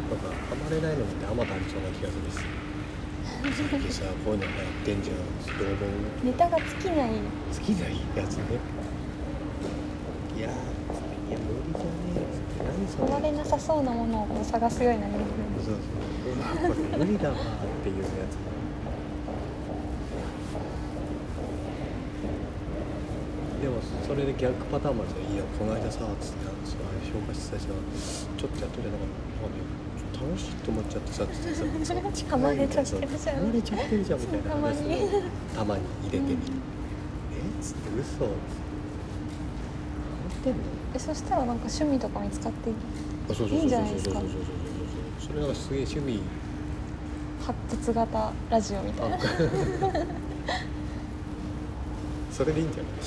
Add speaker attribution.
Speaker 1: われないのってあまたありそうな気がするしさっきさこういうのやってんじゃんどう思う
Speaker 2: ネタが尽きない
Speaker 1: 好きないやつねいやーいや無理じゃねえ何そ
Speaker 2: 取ら
Speaker 1: れ
Speaker 2: れなさそうなものをこう探すようになります
Speaker 1: そ
Speaker 2: ね
Speaker 1: うそううわこれ無理だわっていうやつでもそれで逆パターンもあるじゃんいやこの間さつってあのそうあれ紹介してたじゃんちょっとやっとじゃなかったなんかね楽しいと思っちゃってさつってさ
Speaker 2: 噛まれちゃってるじゃん
Speaker 1: 噛まれちゃってるじゃんみたいな
Speaker 2: たまに
Speaker 1: 話をたまに入れてみる、え
Speaker 2: うん
Speaker 1: っつって嘘っつってってんの
Speaker 2: えそしたらなんか趣味とか見つかって
Speaker 1: あそうそうそうそうそうそうそう
Speaker 2: いいんじゃないですか
Speaker 1: それなんかすげえ趣味
Speaker 2: 発掘 型ラジオみたいな
Speaker 1: あそれでいいんじゃない